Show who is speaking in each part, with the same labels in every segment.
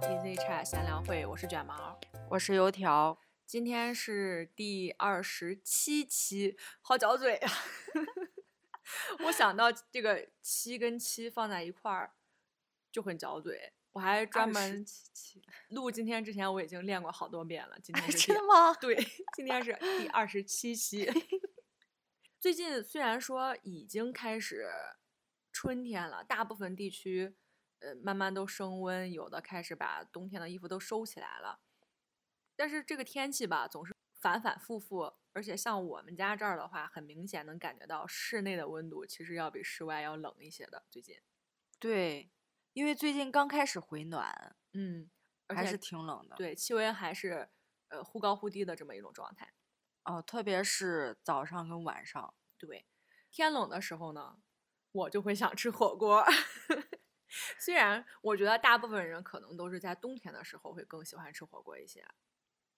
Speaker 1: Chili Chat 闲聊会，我是卷毛。
Speaker 2: 我是油条，
Speaker 1: 今天是第二十七期，好嚼嘴呀！ 我想到这个七跟七放在一块儿就很嚼嘴，我还专门录今天之前我已经练过好多遍了。 今天是第
Speaker 2: 哎真的 吗？
Speaker 1: 对，今天是第二十七期。 最近虽然说已经开始春天了，大部分地区呃慢慢都升温，有的开始把冬天的衣服都收起来了，但是这个天气吧总是反反复复，而且像我们家这儿的话，很明显能感觉到室内的温度其实要比室外要冷一些的。最近，
Speaker 2: 对，因为最近刚开始回暖，
Speaker 1: 嗯，而
Speaker 2: 还
Speaker 1: 且
Speaker 2: 是挺冷的。，
Speaker 1: 对气温还是呃忽高忽低的这么一种状态。
Speaker 2: 哦，特别是早上跟晚上，
Speaker 1: 对，天冷的时候呢，我就会想吃火锅。 虽然我觉得大部分人可能都是在冬天的时候会更喜欢吃火锅一些，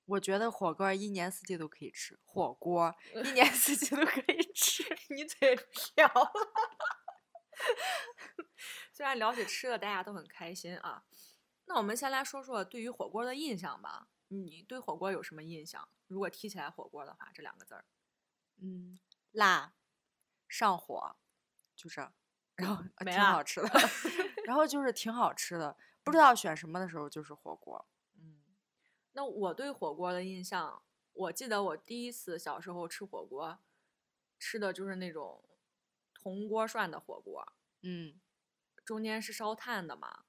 Speaker 2: 我觉得火锅儿一年四季都可以吃，火锅儿一年四季都可以吃。
Speaker 1: 你嘴瓢了。 虽然聊起吃的，大家都很开心啊。那我们先来说说对于火锅的印象吧。你对火锅有什么印象？如果提起来火锅的话，这两个字儿，
Speaker 2: 嗯，辣，上火，就这，然后呃
Speaker 1: 没
Speaker 2: 挺
Speaker 1: 啦
Speaker 2: 好 吃的，然后就是挺好吃的，不知道选什么的时候就是火锅儿。
Speaker 1: 嗯，那我对火锅的印象，我记得我第一次小时候吃火锅，吃的就是那种铜锅涮的火锅，
Speaker 2: 嗯，
Speaker 1: 中间是烧炭的嘛。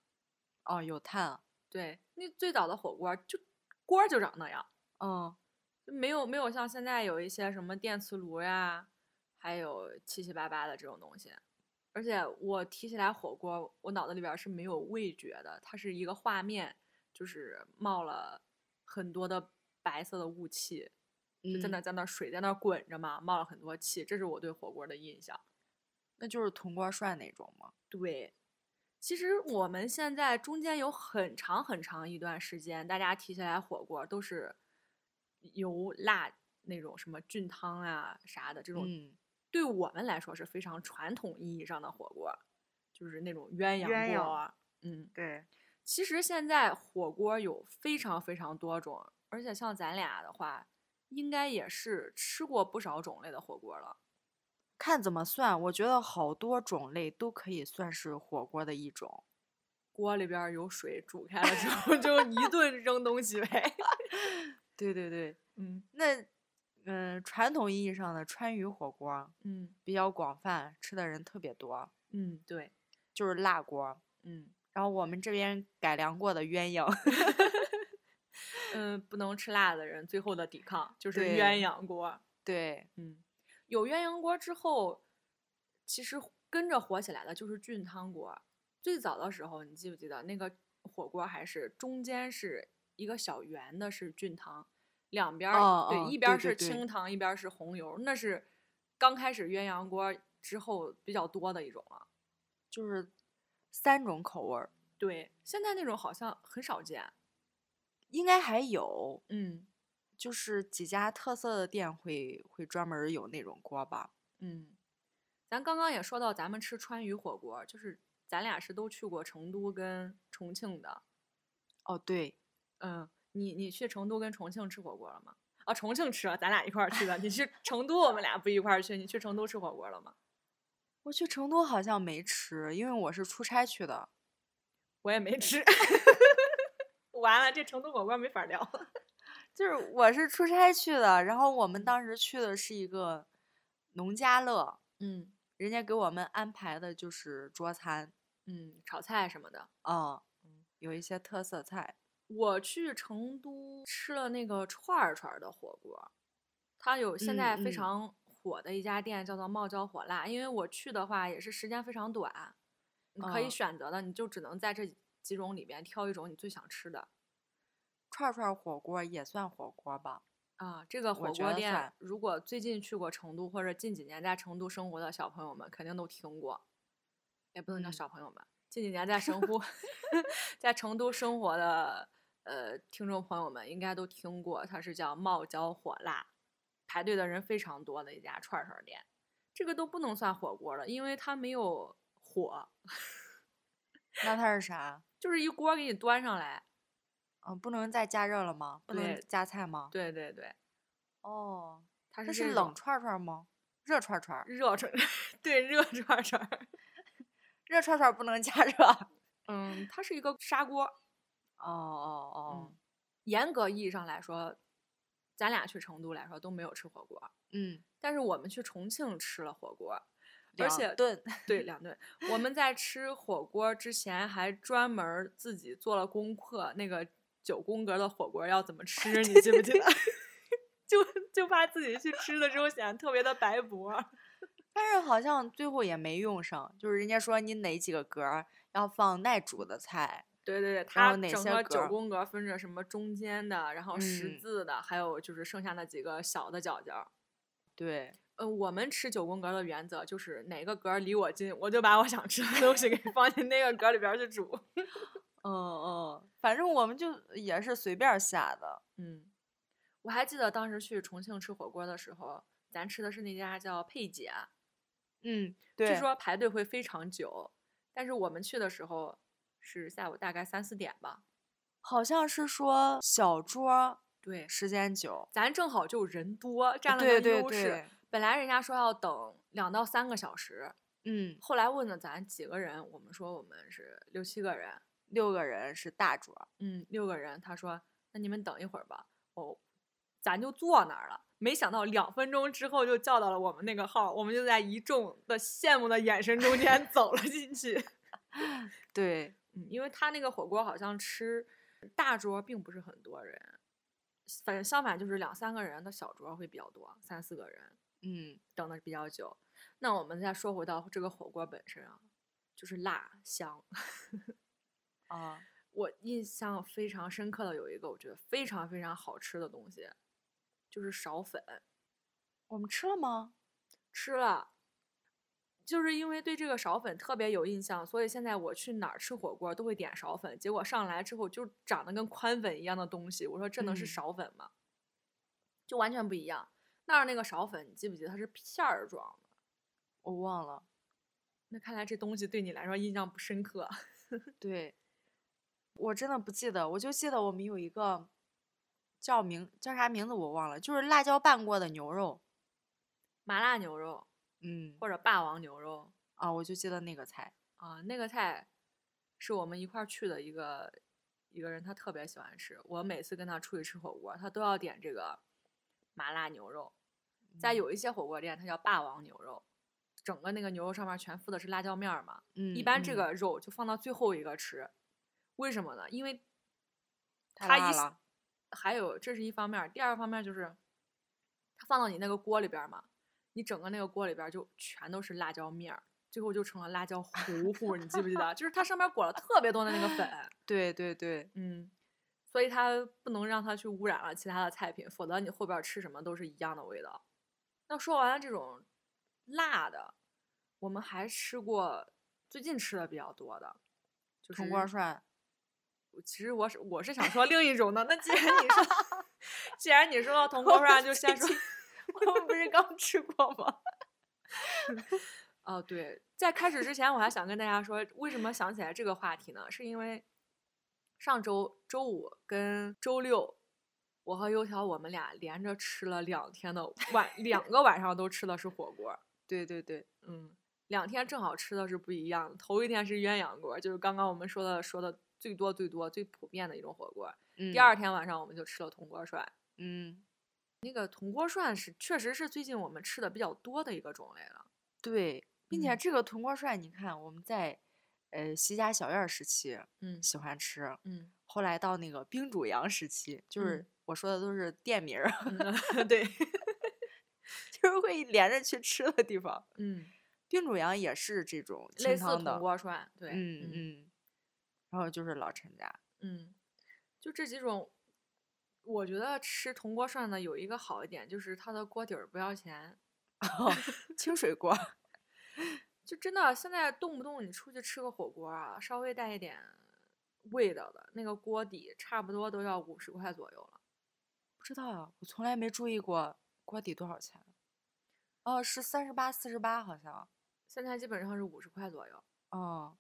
Speaker 2: 哦，有碳啊，
Speaker 1: 对，那最早的火锅就锅儿就长那样，
Speaker 2: 嗯，
Speaker 1: 就没有没有像现在有一些什么电磁炉呀，还有七七八八的这种东西。而且我提起来火锅，我脑子里边儿是没有味觉的，它是一个画面，就是冒了很多的白色的雾气，就在
Speaker 2: 嗯
Speaker 1: 那在那水在那滚着嘛，冒了很多气，这是我对火锅的印象。
Speaker 2: 那就是铜锅儿涮那种吗？
Speaker 1: 对，其实我们现在中间有很长很长一段时间，大家提起来火锅都是油辣那种什么菌汤啊啥的这种，
Speaker 2: 嗯。
Speaker 1: 对我们来说是非常传统意义上的火锅，就是那种鸳鸯锅。
Speaker 2: 鸳鸯
Speaker 1: 嗯，
Speaker 2: 对，
Speaker 1: 其实现在火锅有非常非常多种，而且像咱俩的话，应该也是吃过不少种类的火锅了。
Speaker 2: 看怎么算，我觉得好多种类都可以算是火锅的一种。
Speaker 1: 锅里边儿有水煮开了之 后， 就一顿扔东西呗。
Speaker 2: 对对对，
Speaker 1: 嗯
Speaker 2: 那嗯、呃传统意义上的川渝火锅
Speaker 1: 嗯
Speaker 2: 比较广泛，吃的人特别多，
Speaker 1: 嗯，对，
Speaker 2: 就是辣锅。
Speaker 1: 嗯
Speaker 2: 然后我们这边改良过的鸳鸯，
Speaker 1: 嗯，不能吃辣的人最后的抵抗就是
Speaker 2: 对
Speaker 1: 鸳鸯锅。
Speaker 2: 对，
Speaker 1: 嗯，有鸳鸯锅之后，其实跟着火起来的就是菌汤锅。最早的时候，你记不记得那个火锅还是中间是一个小圆的，是菌汤，两边儿、
Speaker 2: 哦
Speaker 1: 对，
Speaker 2: 哦
Speaker 1: 一边儿
Speaker 2: 对
Speaker 1: 是
Speaker 2: 对对
Speaker 1: 清汤，一边儿是红油，那是刚开始鸳鸯锅之后比较多的一种了。
Speaker 2: 就是三种口味儿，
Speaker 1: 对，现在那种好像很少见。
Speaker 2: 应该还有，
Speaker 1: 嗯
Speaker 2: 就是几家特色的店会会专门儿有那种锅吧。
Speaker 1: 嗯，咱刚刚也说到，咱们吃川渝火锅，就是咱俩是都去过成都跟重庆的。
Speaker 2: 哦，对，
Speaker 1: 嗯，你你去成都跟重庆吃火锅了吗？啊，重庆吃了，咱俩一块儿去的。你去成都，我们俩不一块儿去。你去成都吃火锅了吗？
Speaker 2: 我去成都好像没吃，因为我是出差去的。
Speaker 1: 我也没吃。 完了，这成都火锅没法聊了。
Speaker 2: 就是我是出差去的，然后我们当时去的是一个农家乐，
Speaker 1: 嗯
Speaker 2: 人家给我们安排的就是桌餐
Speaker 1: 嗯，炒菜什么的。
Speaker 2: 啊、有一些特色菜。
Speaker 1: 我去成都吃了那个串儿串儿的火锅，它有现
Speaker 2: 嗯
Speaker 1: 在非
Speaker 2: 嗯
Speaker 1: 常火的一家店叫做冒椒火辣。因为我去的话也是时间非常短，你可以
Speaker 2: 哦
Speaker 1: 选择的，你就只能在这几种里边挑一种你最想吃的。
Speaker 2: 串儿串儿火锅也算火锅吧？
Speaker 1: 啊，这个火
Speaker 2: 觉
Speaker 1: 锅
Speaker 2: 得
Speaker 1: 店
Speaker 2: 算，
Speaker 1: 如果最近去过成都或者近几年在成都生活的小朋友们，肯定都听过，也不能叫
Speaker 2: 嗯
Speaker 1: 小朋友们，近几年在成都， 在成都生活的呃听众朋友们应该都听过，它是叫冒椒火辣，排队的人非常多的一家串儿串儿店，这个都不能算火锅了，因为它没有火，
Speaker 2: 那它是啥？
Speaker 1: 就是一锅给你端上来，
Speaker 2: 嗯，不能再加热了吗？不能
Speaker 1: 对
Speaker 2: 加菜吗？
Speaker 1: 对对对，
Speaker 2: 哦，
Speaker 1: 它是
Speaker 2: 那是
Speaker 1: 这
Speaker 2: 冷
Speaker 1: 种
Speaker 2: 串串吗？热串串儿，
Speaker 1: 热串， 对热串串儿。
Speaker 2: 热串串儿不能加热。
Speaker 1: 嗯，它是一个砂锅。
Speaker 2: 哦哦哦，
Speaker 1: 嗯严格意义上来说，咱俩去成都来说都没有吃火锅，
Speaker 2: 嗯，
Speaker 1: 但是我们去重庆吃了火锅，而
Speaker 2: 两
Speaker 1: 且
Speaker 2: 顿
Speaker 1: 对两顿。我们在吃火锅之前还专门儿自己做了功课，那个九宫格的火锅要怎么吃，你记不记得？ 就就怕自己去吃的时候显得特别的白脖。
Speaker 2: 但是好像最后也没用上，就是人家说你哪几个格儿要放耐煮的菜，
Speaker 1: 对对对，
Speaker 2: 然
Speaker 1: 它
Speaker 2: 后哪
Speaker 1: 整
Speaker 2: 些
Speaker 1: 个
Speaker 2: 格
Speaker 1: 九
Speaker 2: 儿
Speaker 1: 宫格分着什么中间的，然后
Speaker 2: 嗯
Speaker 1: 十字的，还有就是剩下那几个小的角角儿。
Speaker 2: 对，
Speaker 1: 呃，我们吃九宫格的原则就是哪个格儿离我近，我就把我想吃的东 西给放进那个格儿里边儿去煮。
Speaker 2: 嗯嗯，反正我们就呃也是随便儿下的，
Speaker 1: 嗯，我还记得当时去重庆吃火锅的时候，咱吃的是那家叫佩姐，
Speaker 2: 嗯，
Speaker 1: 据
Speaker 2: 对，
Speaker 1: 说排队会非常久，但是我们去的时候是下午大概三四点吧。
Speaker 2: 好像是说小桌儿
Speaker 1: 对，
Speaker 2: 时间久，
Speaker 1: 咱正好就人多，占了
Speaker 2: 对
Speaker 1: 个
Speaker 2: 对
Speaker 1: 优势。
Speaker 2: 对，
Speaker 1: 本来人家说要等两到三个小时，
Speaker 2: 嗯，
Speaker 1: 后来问了咱几个人，我们说我们是六七个人，
Speaker 2: 六个人是大桌儿，
Speaker 1: 嗯，六个人。他说：“那你们等一会儿吧，我咱就坐那儿了。”没想到两分钟之后就叫到了我们那个号，我们就在一众的羡慕的眼神中间走了进去。
Speaker 2: 对，
Speaker 1: 嗯，因为他那个火锅好像吃大桌并不是很多人，反正相反就是两三个人的小桌会比较多，三四个人
Speaker 2: 嗯，
Speaker 1: 等的比较久。那我们再说回到这个火锅本身啊，就是辣香。
Speaker 2: 啊，
Speaker 1: 我印象非常深刻的有一个，我觉得非常非常好吃的东西，就是苕粉。
Speaker 2: 我们吃了吗？
Speaker 1: 吃了，就是因为对这个苕粉特别有印象，所以现在我去哪儿吃火锅都会点苕粉。结果上来之后就长得跟宽粉一样的东西，我说这能是
Speaker 2: 嗯
Speaker 1: 苕粉吗？就完全不一样。那儿那个苕粉，你记不记得它是片儿状的？
Speaker 2: 我忘了，
Speaker 1: 那看来这东西对你来说印象不深刻。
Speaker 2: 对，我真的不记得，我就记得我们有一个叫名叫啥名字我忘了，就是辣椒拌过的牛肉，
Speaker 1: 麻辣牛肉
Speaker 2: 嗯，
Speaker 1: 或者霸王牛肉
Speaker 2: 啊，我就记得那个菜，
Speaker 1: 啊，那个菜是我们一块儿去的一个一个人，他特别喜欢吃。我每次跟他出去吃火锅，他都要点这个麻辣牛肉。在
Speaker 2: 嗯
Speaker 1: 有一些火锅店，它叫霸王牛肉，整个那个牛肉上面全附的是辣椒面儿嘛。
Speaker 2: 嗯，
Speaker 1: 一般这
Speaker 2: 嗯
Speaker 1: 个肉就放到最后一个吃，为什么呢？因为
Speaker 2: 太
Speaker 1: 它
Speaker 2: 辣
Speaker 1: 一
Speaker 2: 了
Speaker 1: 还有这是一方面儿，第二方面就是它放到你那个锅里边儿嘛，你整个那个锅里边儿就全都是辣椒面儿，最后就成了辣椒糊糊，你记不记得？就是它上面裹了特别多的那个粉，
Speaker 2: 对对对，
Speaker 1: 嗯，所以它不能让它去污染了其他的菜品，否则你后边儿吃什么都是一样的味道。那说完了这种辣的，我们还吃过最近吃的比较多的，就是
Speaker 2: 铜锅涮，
Speaker 1: 其实我是我是想说另一种的。那既然你说，既然你说到铜锅涮，就先说
Speaker 2: 我们不是刚吃过吗？
Speaker 1: 哦。对，在开始之前，我还想跟大家说，为什么想起来这个话题呢？是因为上周周五跟周六，我和油条我们俩连着吃了两天的晚，两个晚上都吃的是火锅儿。
Speaker 2: 对对对，
Speaker 1: 嗯，两天正好吃的是不一样的。头一天是鸳鸯锅，就是刚刚我们说的说的最多最多最普遍的一种火锅儿。 第
Speaker 2: 第
Speaker 1: 二，天晚上我们就吃了铜锅涮。
Speaker 2: 嗯，
Speaker 1: 那个铜锅涮是确实是最近我们吃的比较多的一个种类了。
Speaker 2: 对，并且
Speaker 1: 嗯
Speaker 2: 这个铜锅涮，你看我们在呃西家小院儿时期
Speaker 1: 嗯
Speaker 2: 喜欢吃，
Speaker 1: 嗯，
Speaker 2: 后来到那个冰煮羊时期，就
Speaker 1: 嗯
Speaker 2: 是我说的都是店名儿，
Speaker 1: 嗯 对，
Speaker 2: 就是会连着去吃的地方。
Speaker 1: 嗯，
Speaker 2: 冰煮羊也是这种
Speaker 1: 类
Speaker 2: 清
Speaker 1: 似
Speaker 2: 汤的
Speaker 1: 铜，锅涮，对，
Speaker 2: 嗯
Speaker 1: 嗯
Speaker 2: 嗯，然后就是老陈家，
Speaker 1: 嗯，就这几种，我觉得吃铜锅涮呢有一个好一点，就是它的锅底儿不要钱。
Speaker 2: 清水锅，
Speaker 1: 就真的现在动不动你出去吃个火锅啊，稍微带一点味道的那个锅底，差不多都要五十块左右了。
Speaker 2: 不知道啊，我从来没注意过锅底多少钱。啊哦，是三十八、四十八，好像。
Speaker 1: 现在基本上是五十块左右。
Speaker 2: 哦，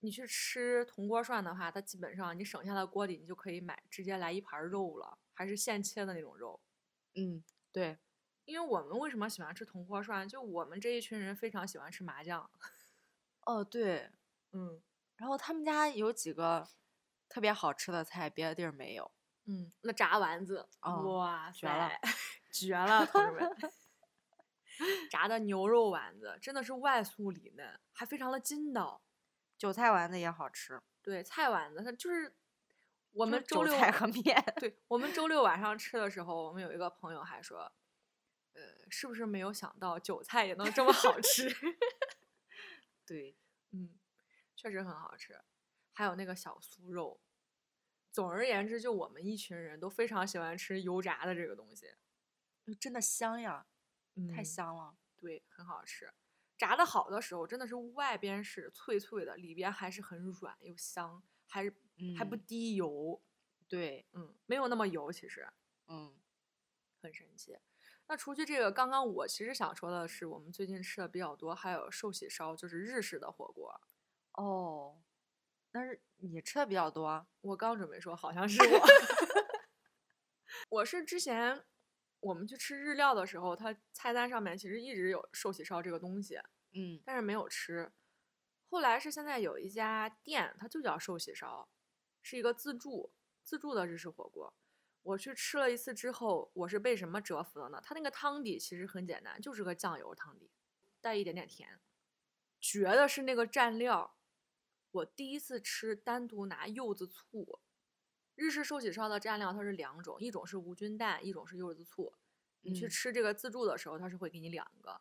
Speaker 1: 你去吃铜锅涮的话，它基本上你省下的锅底，你就可以买直接来一盘儿肉了，还是现切的那种肉。
Speaker 2: 嗯，对，
Speaker 1: 因为我们为什么喜欢吃铜锅涮？就我们这一群人非常喜欢吃麻酱。
Speaker 2: 哦对，
Speaker 1: 嗯
Speaker 2: 然后他们家有几个特别好吃的菜，别的地儿没有。
Speaker 1: 嗯，那炸丸子，
Speaker 2: 哦
Speaker 1: 哇
Speaker 2: 绝了
Speaker 1: 塞，绝了，同志们！ 炸的牛肉丸子真的是外酥里嫩，还非常的筋道。
Speaker 2: 韭菜丸子也好吃，
Speaker 1: 对，菜丸子它就是我
Speaker 2: 我
Speaker 1: 们周
Speaker 2: 韭
Speaker 1: 六
Speaker 2: 菜和面。
Speaker 1: 对我们周六晚上吃的时候，我们有一个朋友还说，呃，是不是没有想到韭菜也能这么好吃？
Speaker 2: 对，
Speaker 1: 嗯，确实很好吃。还有那个小酥肉，总而言之，就我们一群人都非常喜欢吃油炸的这个东西，
Speaker 2: 真的香呀，太
Speaker 1: 嗯，
Speaker 2: 香了。
Speaker 1: 对，很好吃。炸的好的时候，真的是外边是脆脆的，里边还是很软又香，还是、还不
Speaker 2: 嗯
Speaker 1: 滴油，
Speaker 2: 对，
Speaker 1: 嗯，没有那么油，其实，
Speaker 2: 嗯，
Speaker 1: 很神奇。那除去这个，刚刚我其实想说的是，我们最近吃的比较多，还有寿喜烧，就是日式的火锅。
Speaker 2: 哦，但是你吃的比较多，
Speaker 1: 我刚准备说，好像是我， 我是之前我们去吃日料的时候，它菜单上面其实一直有寿喜烧这个东西，
Speaker 2: 嗯，
Speaker 1: 但是没有吃。后来是现在有一家店，它就叫寿喜烧，是一个自助自助的日式火锅。我去吃了一次之后，我是被什么折服了呢？它那个汤底其实很简单，就是个酱油汤底，带一点点甜。绝的是那个蘸料，我第一次吃单独拿柚子醋。日式寿喜烧的蘸料它是两种，一种是无菌蛋，一种是柚子醋。你去
Speaker 2: 嗯
Speaker 1: 吃这个自助的时候，它是会给你两个。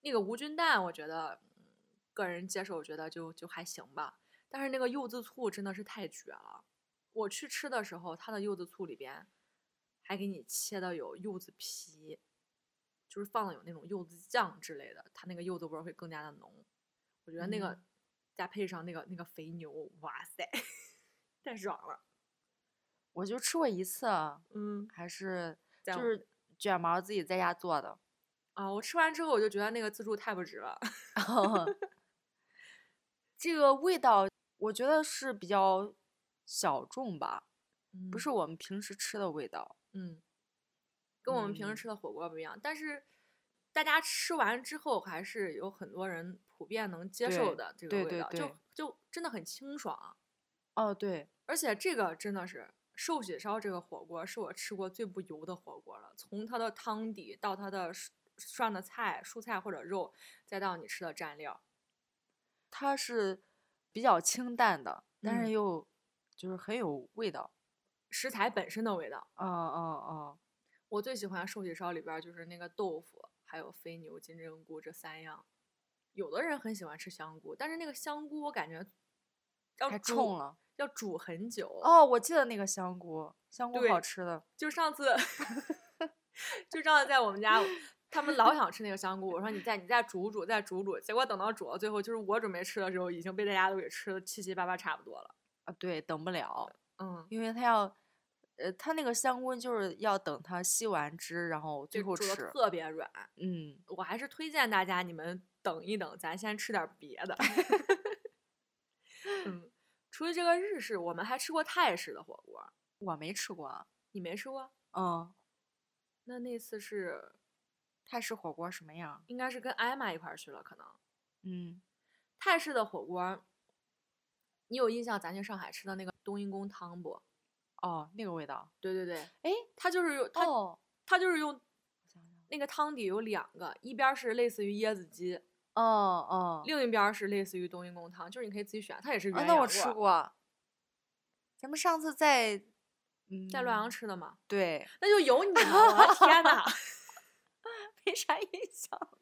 Speaker 1: 那个无菌蛋，我觉得，嗯个人接受，我觉得就就还行吧。但是那个柚子醋真的是太绝了。我去吃的时候，它的柚子醋里边还给你切的有柚子皮，就是放的有那种柚子酱之类的，它那个柚子味儿会更加的浓。我觉得那个、
Speaker 2: 嗯
Speaker 1: 再配上那个那个肥牛，哇塞， 太爽了。
Speaker 2: 我就吃过一次，啊
Speaker 1: 嗯
Speaker 2: 还是
Speaker 1: 在
Speaker 2: 就
Speaker 1: 我
Speaker 2: 是卷毛自己在家做 的。
Speaker 1: 啊，我吃完之后我就觉得那个自助太不值了。
Speaker 2: 这个味道，我觉得是比较小众吧，不
Speaker 1: 嗯
Speaker 2: 是我们平时吃的味道。
Speaker 1: 嗯，跟我们平时
Speaker 2: 嗯
Speaker 1: 吃的火锅不一样，但是大家吃完之后还是有很多人普遍能接受
Speaker 2: 对
Speaker 1: 的这个
Speaker 2: 对
Speaker 1: 味
Speaker 2: 对
Speaker 1: 道，
Speaker 2: 对
Speaker 1: 就就真的很清爽。嗯
Speaker 2: 哦，对，
Speaker 1: 而且这个真的是寿喜烧这个火锅是我吃过最不油的火锅了，从它的汤底到它的涮涮的菜、蔬菜或者肉，再到你吃的蘸料，
Speaker 2: 它是比较清淡的，但
Speaker 1: 嗯
Speaker 2: 是又就是很有味道。
Speaker 1: 食材本身的味道。
Speaker 2: 哦哦
Speaker 1: 我最喜欢寿喜烧里边儿就是那个豆腐，还有肥牛、金针菇这三样。有的人很喜欢吃香菇，但是那个香菇我感觉
Speaker 2: 哦，
Speaker 1: 要
Speaker 2: 太
Speaker 1: 煮
Speaker 2: 冲，了。
Speaker 1: 要煮很久。，
Speaker 2: 哦，我记得那个香菇，香菇好
Speaker 1: 对
Speaker 2: 吃的。
Speaker 1: 就上 次， 就上次在我们家，他们老想吃那个香菇，我说你再你再煮煮，再煮煮。结果等到煮到最后，就是我准备吃的时候，已经被大家都给吃的七七八八差不多了。
Speaker 2: 啊，对，等不了，
Speaker 1: 嗯，
Speaker 2: 因为它要，呃，它那个香菇就是要等它吸完汁，然后最
Speaker 1: 就
Speaker 2: 后
Speaker 1: 煮的
Speaker 2: 吃。
Speaker 1: 特别软。
Speaker 2: 嗯，
Speaker 1: 我还是推荐大家你们等一等，咱先吃点儿别 的。嗯，除了这个日式，我们还吃过泰式的火锅儿，
Speaker 2: 我没吃过啊。
Speaker 1: 你没吃过？
Speaker 2: 嗯，
Speaker 1: 那那次是
Speaker 2: 泰式火锅什么样？
Speaker 1: 应该是跟艾玛一块儿去了，可能
Speaker 2: 嗯，
Speaker 1: 泰式的火锅儿，你有印象？咱去上海吃的那个冬阴功汤不？
Speaker 2: 哦，那个味道。
Speaker 1: 对对对，
Speaker 2: 哎，
Speaker 1: 它就是用它、
Speaker 2: 哦，
Speaker 1: 它就是用
Speaker 2: 我想想
Speaker 1: 那个汤底有两个，一边儿是类似于椰子鸡，
Speaker 2: 哦哦，
Speaker 1: 另一边儿是类似于冬阴功汤，就是你可以自己选，它也是鸳鸯
Speaker 2: 啊，
Speaker 1: 锅。
Speaker 2: 那我吃过。咱们上次在，嗯，
Speaker 1: 在洛阳吃的嘛。
Speaker 2: 对，
Speaker 1: 那就有你了，我的天 呐！
Speaker 2: 没啥印象了。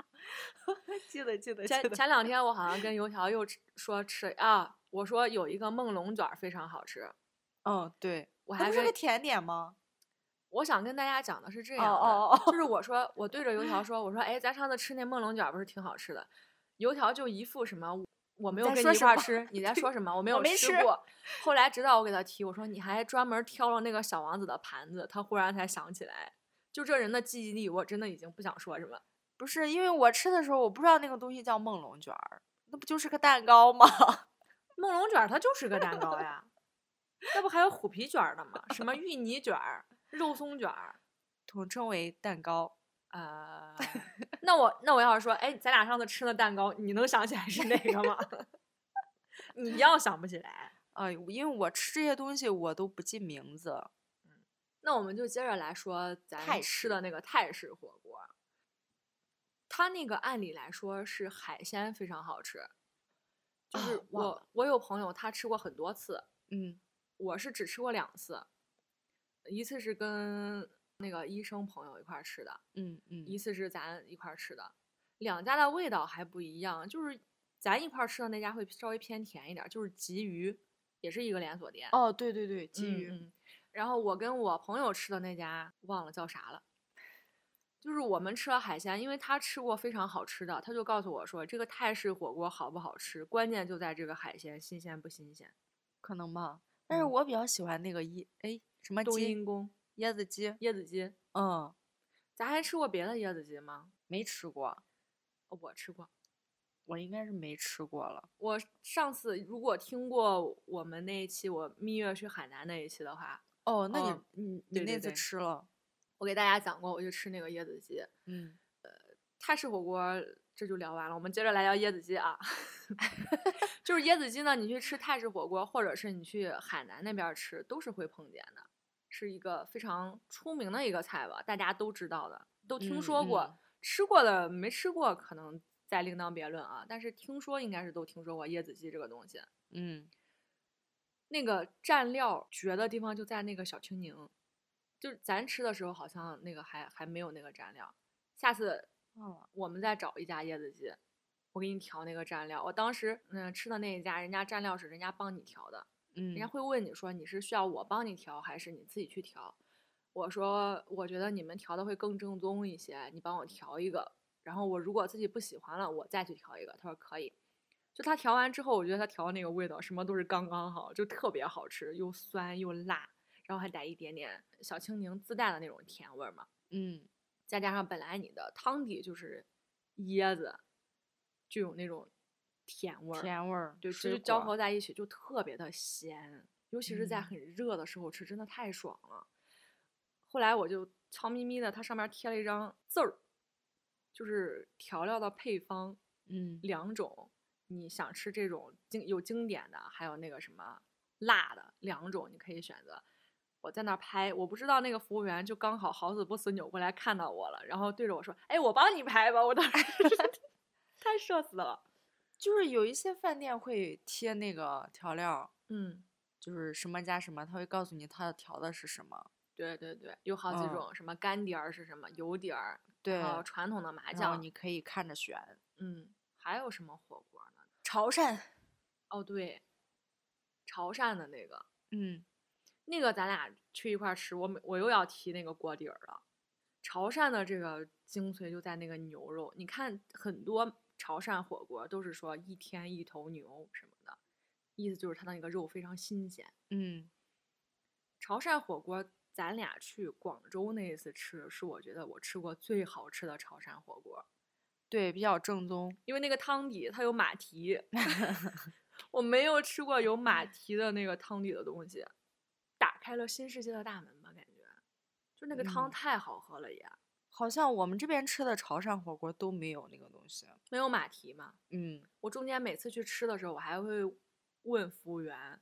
Speaker 2: 记得记得记
Speaker 1: 前
Speaker 2: 得。
Speaker 1: 前两天我好像跟油条又吃说吃啊，我说有一个梦龙卷儿非常好吃，
Speaker 2: 嗯，对，
Speaker 1: 我
Speaker 2: 那
Speaker 1: 还
Speaker 2: 不是
Speaker 1: 跟
Speaker 2: 个甜点吗？
Speaker 1: 我想跟大家讲的是这
Speaker 2: 哦
Speaker 1: 样的，
Speaker 2: 哦哦
Speaker 1: 就是我说我对着油条说，我说哎，咱上次吃那梦龙卷儿不是挺好吃的？油条就一副什么。我没有
Speaker 2: 在
Speaker 1: 跟你
Speaker 2: 说
Speaker 1: 一
Speaker 2: 什
Speaker 1: 块儿
Speaker 2: 么
Speaker 1: 吃，你在说什么？我没
Speaker 2: 我
Speaker 1: 有
Speaker 2: 没吃
Speaker 1: 过。后来直到我给他提，我说你还专门挑了那个小王子的盘子，他忽然才想起来。就这人的记忆力，我真的已经不想说什么。
Speaker 2: 不是，因为我吃的时候我不知道那个东西叫梦龙卷儿，那不就是个蛋糕吗？
Speaker 1: 梦龙卷儿它就是个蛋糕 呀，要不还有虎皮卷儿呢吗？什么芋泥卷儿、肉松卷 儿
Speaker 2: 统称为蛋糕。
Speaker 1: 啊、 那我那我要是说，哎，咱俩上次吃的蛋糕，你能想起来是哪个吗？ 你要想不起来，
Speaker 2: 哎，因为我吃这些东西我都不记名字。
Speaker 1: 那我们就接着来说咱
Speaker 2: 泰
Speaker 1: 吃的那个泰式火锅。它那个按理来说是海鲜非常好吃，就
Speaker 2: 啊
Speaker 1: 是我、
Speaker 2: 忘
Speaker 1: 我有朋友他吃过很多次，
Speaker 2: 嗯
Speaker 1: 我是只吃过两次，一次是跟那个医生朋友一块儿吃的，
Speaker 2: 嗯嗯
Speaker 1: 一次是咱一块儿吃的，两家的味道还不一样，就是咱一块儿吃的那家会稍微偏甜一点儿，就是鲫鱼，也是一个连锁店，
Speaker 2: 哦，嗯对对对，鲫
Speaker 1: 鲫鱼、
Speaker 2: 鱼。
Speaker 1: 然后我跟我朋友吃的那家忘了叫啥了，就是我们吃了海鲜，因为他吃过非常好吃的，他就告诉我说这个泰式火锅好不好吃，关键就在这个海鲜新鲜不新鲜。
Speaker 2: 可能吧。但是
Speaker 1: 嗯
Speaker 2: 我比较喜欢那个椰，哎，什么
Speaker 1: 冬
Speaker 2: 鸡
Speaker 1: 阴功、
Speaker 2: 椰子鸡，
Speaker 1: 椰子鸡，
Speaker 2: 嗯，
Speaker 1: 咱还吃过别的椰子鸡吗？
Speaker 2: 没吃过，
Speaker 1: 哦我吃过，
Speaker 2: 我应该是没吃过了。
Speaker 1: 我上次如果听过我们那一期我蜜月去海南那一期的话，
Speaker 2: 哦，那你、
Speaker 1: 哦
Speaker 2: 你你
Speaker 1: 对对
Speaker 2: 那次
Speaker 1: 对
Speaker 2: 吃了，
Speaker 1: 我给大家讲过，我去吃那个椰子鸡，
Speaker 2: 嗯，
Speaker 1: 泰式火锅这就聊完了，我们接着来聊椰子鸡啊。 就是椰子鸡呢，你去吃泰式火锅，或者是你去海南那边儿吃，都是会碰见的，是一个非常出名的一个菜吧，大家都知道的，都听
Speaker 2: 嗯
Speaker 1: 说过，
Speaker 2: 嗯
Speaker 1: 吃过的没吃过可能再另当别论啊。但是听说应该是都听说过椰子鸡这个东西。
Speaker 2: 嗯，
Speaker 1: 那个蘸料绝的地方就在那个小青柠，就是咱吃的时候好像那个还还没有那个蘸料，下次
Speaker 2: 忘了，
Speaker 1: 我们再找一家椰子鸡，我给你调那个蘸料。我当时嗯吃的那一家，人家蘸料是人家帮你调的，
Speaker 2: 嗯
Speaker 1: 人家会问你说你是需要我帮你调还是你自己去调。我说我觉得你们调的会更正宗一些，你帮我调一个，然后我如果自己不喜欢了，我再去调一个。他说可以。就他调完之后，我觉得他调的那个味道什么都是刚刚好，就特别好吃，又酸又辣，然后还带一点点小青柠自带的那种甜味儿嘛。
Speaker 2: 嗯，
Speaker 1: 再加上本来你的汤底就是椰子，就有那种甜味儿，
Speaker 2: 嗯甜味儿，
Speaker 1: 对，这
Speaker 2: 水
Speaker 1: 就交
Speaker 2: 果
Speaker 1: 合，在一起就特别的鲜，尤其是在
Speaker 2: 嗯
Speaker 1: 很热的时候吃，真的太爽了。后来我就悄咪咪的，它上面贴了一张字儿，就是调料的配方
Speaker 2: 嗯
Speaker 1: 两种，你想吃这种经有经典的，还有那个什么辣的两种，你可以选择。我在那儿拍，我不知道那个服务员就刚好好死不死扭过来看到我了，然后对着我说：“哎，我帮你拍吧。”我当时 太社死了。
Speaker 2: 就是有一些饭店会贴那个调料儿，
Speaker 1: 嗯，
Speaker 2: 就是什么加什么，他会告诉你他调的是什么，
Speaker 1: 对对对，有好几
Speaker 2: 嗯
Speaker 1: 种，什么干碟儿是什么，油碟儿，
Speaker 2: 对，
Speaker 1: 还有传统的麻
Speaker 2: 然后
Speaker 1: 酱，
Speaker 2: 你可以看着选。
Speaker 1: 嗯，还有什么火锅呢？
Speaker 2: 潮汕，
Speaker 1: 哦，对，潮汕的那个，
Speaker 2: 嗯，
Speaker 1: 那个咱俩去一块儿吃，我每我又要提那个锅底儿了。潮汕的这个精髓就在那个牛肉，你看很多潮汕火锅都是说一天一头牛什么的，意思就是它那个肉非常新鲜。
Speaker 2: 嗯，
Speaker 1: 潮汕火锅，咱俩去广州那一次吃，是我觉得我吃过最好吃的潮汕火锅，
Speaker 2: 对，比较正宗，
Speaker 1: 因为那个汤底它有马蹄， 我没有吃过有
Speaker 2: 嗯
Speaker 1: 马蹄的那个汤底的东西，打开了新世界的大门吧，感觉，就那个汤
Speaker 2: 嗯
Speaker 1: 太好喝了也，
Speaker 2: 好像我们这边吃的潮汕火锅都没有那个东西。
Speaker 1: 没有马蹄嘛，
Speaker 2: 嗯，
Speaker 1: 我中间每次去吃的时候，我还会问服务员，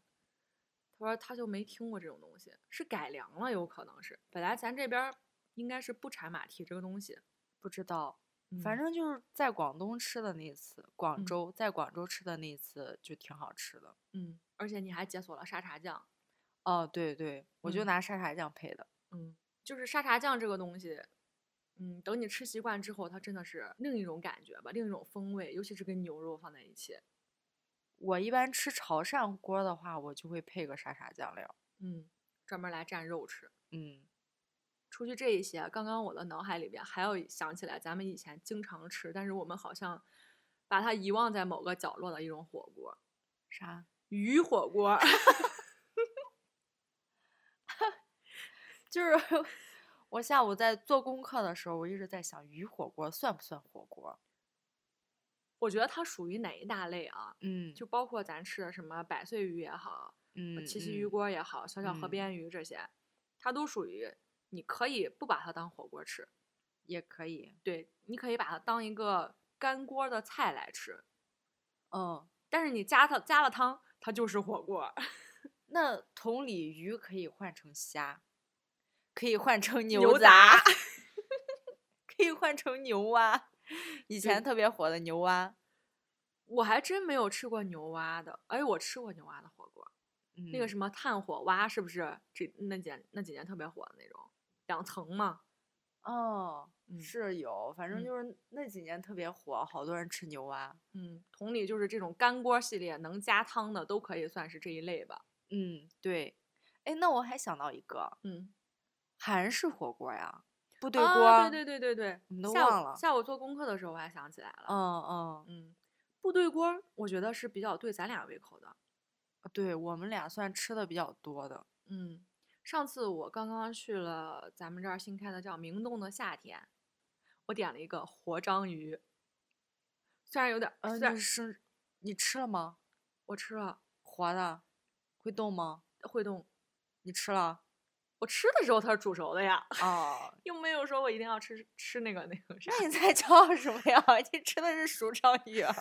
Speaker 1: 他说他就没听过这种东西，是改良了，有可能是，本来咱这边儿应该是不产马蹄这个东西，
Speaker 2: 不知道，
Speaker 1: 嗯
Speaker 2: 反正就是在广东吃的那一次，
Speaker 1: 嗯
Speaker 2: 广州、在广州吃的那一次就挺好吃的。
Speaker 1: 嗯，而且你还解锁了沙茶酱，
Speaker 2: 哦，对对，我
Speaker 1: 嗯
Speaker 2: 就拿沙茶酱配的。
Speaker 1: 嗯，就是沙茶酱这个东西，嗯，等你吃习惯之后，它真的是另一种感觉吧，另一种风味，尤其是跟牛肉放在一起，
Speaker 2: 我一般吃潮汕锅的话，我就会配个沙茶酱料。
Speaker 1: 嗯，专门来蘸肉吃。
Speaker 2: 嗯，
Speaker 1: 除去这一些，刚刚我的脑海里边还有一想起来咱们以前经常吃，但是我们好像把它遗忘在某个角落的一种火锅
Speaker 2: 啥？
Speaker 1: ——鱼火 锅。
Speaker 2: 就是我下午在做功课的时候，我一直在想，鱼火锅算不算火锅？
Speaker 1: 我觉得它属于哪一大类啊？
Speaker 2: 嗯，
Speaker 1: 就包括咱吃的什么百岁鱼也好，
Speaker 2: 嗯，
Speaker 1: 呃七喜鱼
Speaker 2: 嗯，
Speaker 1: 锅也好，小小河
Speaker 2: 嗯
Speaker 1: 边鱼这些，它都属于你可以不把它当火锅吃，
Speaker 2: 也可以。
Speaker 1: 对，你可以把它当一个干锅的菜来吃，
Speaker 2: 嗯，
Speaker 1: 但是你加它加了汤，它就是火锅 儿。
Speaker 2: 那同理，鱼可以换成虾，可以换成
Speaker 1: 牛
Speaker 2: 杂， 可以换成牛蛙，以前特别火的牛蛙。
Speaker 1: 我还真没有吃过牛蛙的，哎，我吃过牛蛙的火锅，那个
Speaker 2: 嗯
Speaker 1: 什么炭火蛙是不是？这那几那几年特别火的那种，两层嘛。
Speaker 2: 哦，
Speaker 1: 嗯
Speaker 2: 是有，反正
Speaker 1: 嗯
Speaker 2: 就是那几年特别火，好多人吃牛蛙。
Speaker 1: 嗯，同理就是这种干锅系列能加汤的都可以算是这一类吧。
Speaker 2: 嗯，对。哎，那我还想到一个
Speaker 1: 嗯，
Speaker 2: 韩式火锅呀，部队锅。
Speaker 1: 啊，对对对对
Speaker 2: 我们
Speaker 1: 对，
Speaker 2: 都
Speaker 1: 下午
Speaker 2: 忘了
Speaker 1: 下午做功课的时候我还想起来了。
Speaker 2: 嗯嗯，
Speaker 1: 嗯，部队锅儿我觉得是比较对咱俩胃口的。
Speaker 2: 对我们俩算吃的比较多的。
Speaker 1: 嗯，上次我刚刚去了咱们这儿新开的叫明洞的夏天，我点了一个活章鱼，虽然有点儿，
Speaker 2: 呃，
Speaker 1: 虽
Speaker 2: 你
Speaker 1: 然
Speaker 2: 是你吃了吗？
Speaker 1: 我吃了
Speaker 2: 活的，会动吗？
Speaker 1: 会动，
Speaker 2: 你吃了？
Speaker 1: 我吃的时候它是煮熟的呀，
Speaker 2: 哦，
Speaker 1: 又没有说我一定要吃吃那个那个啥。
Speaker 2: 那你在叫什么呀？ 你吃的是熟章鱼啊，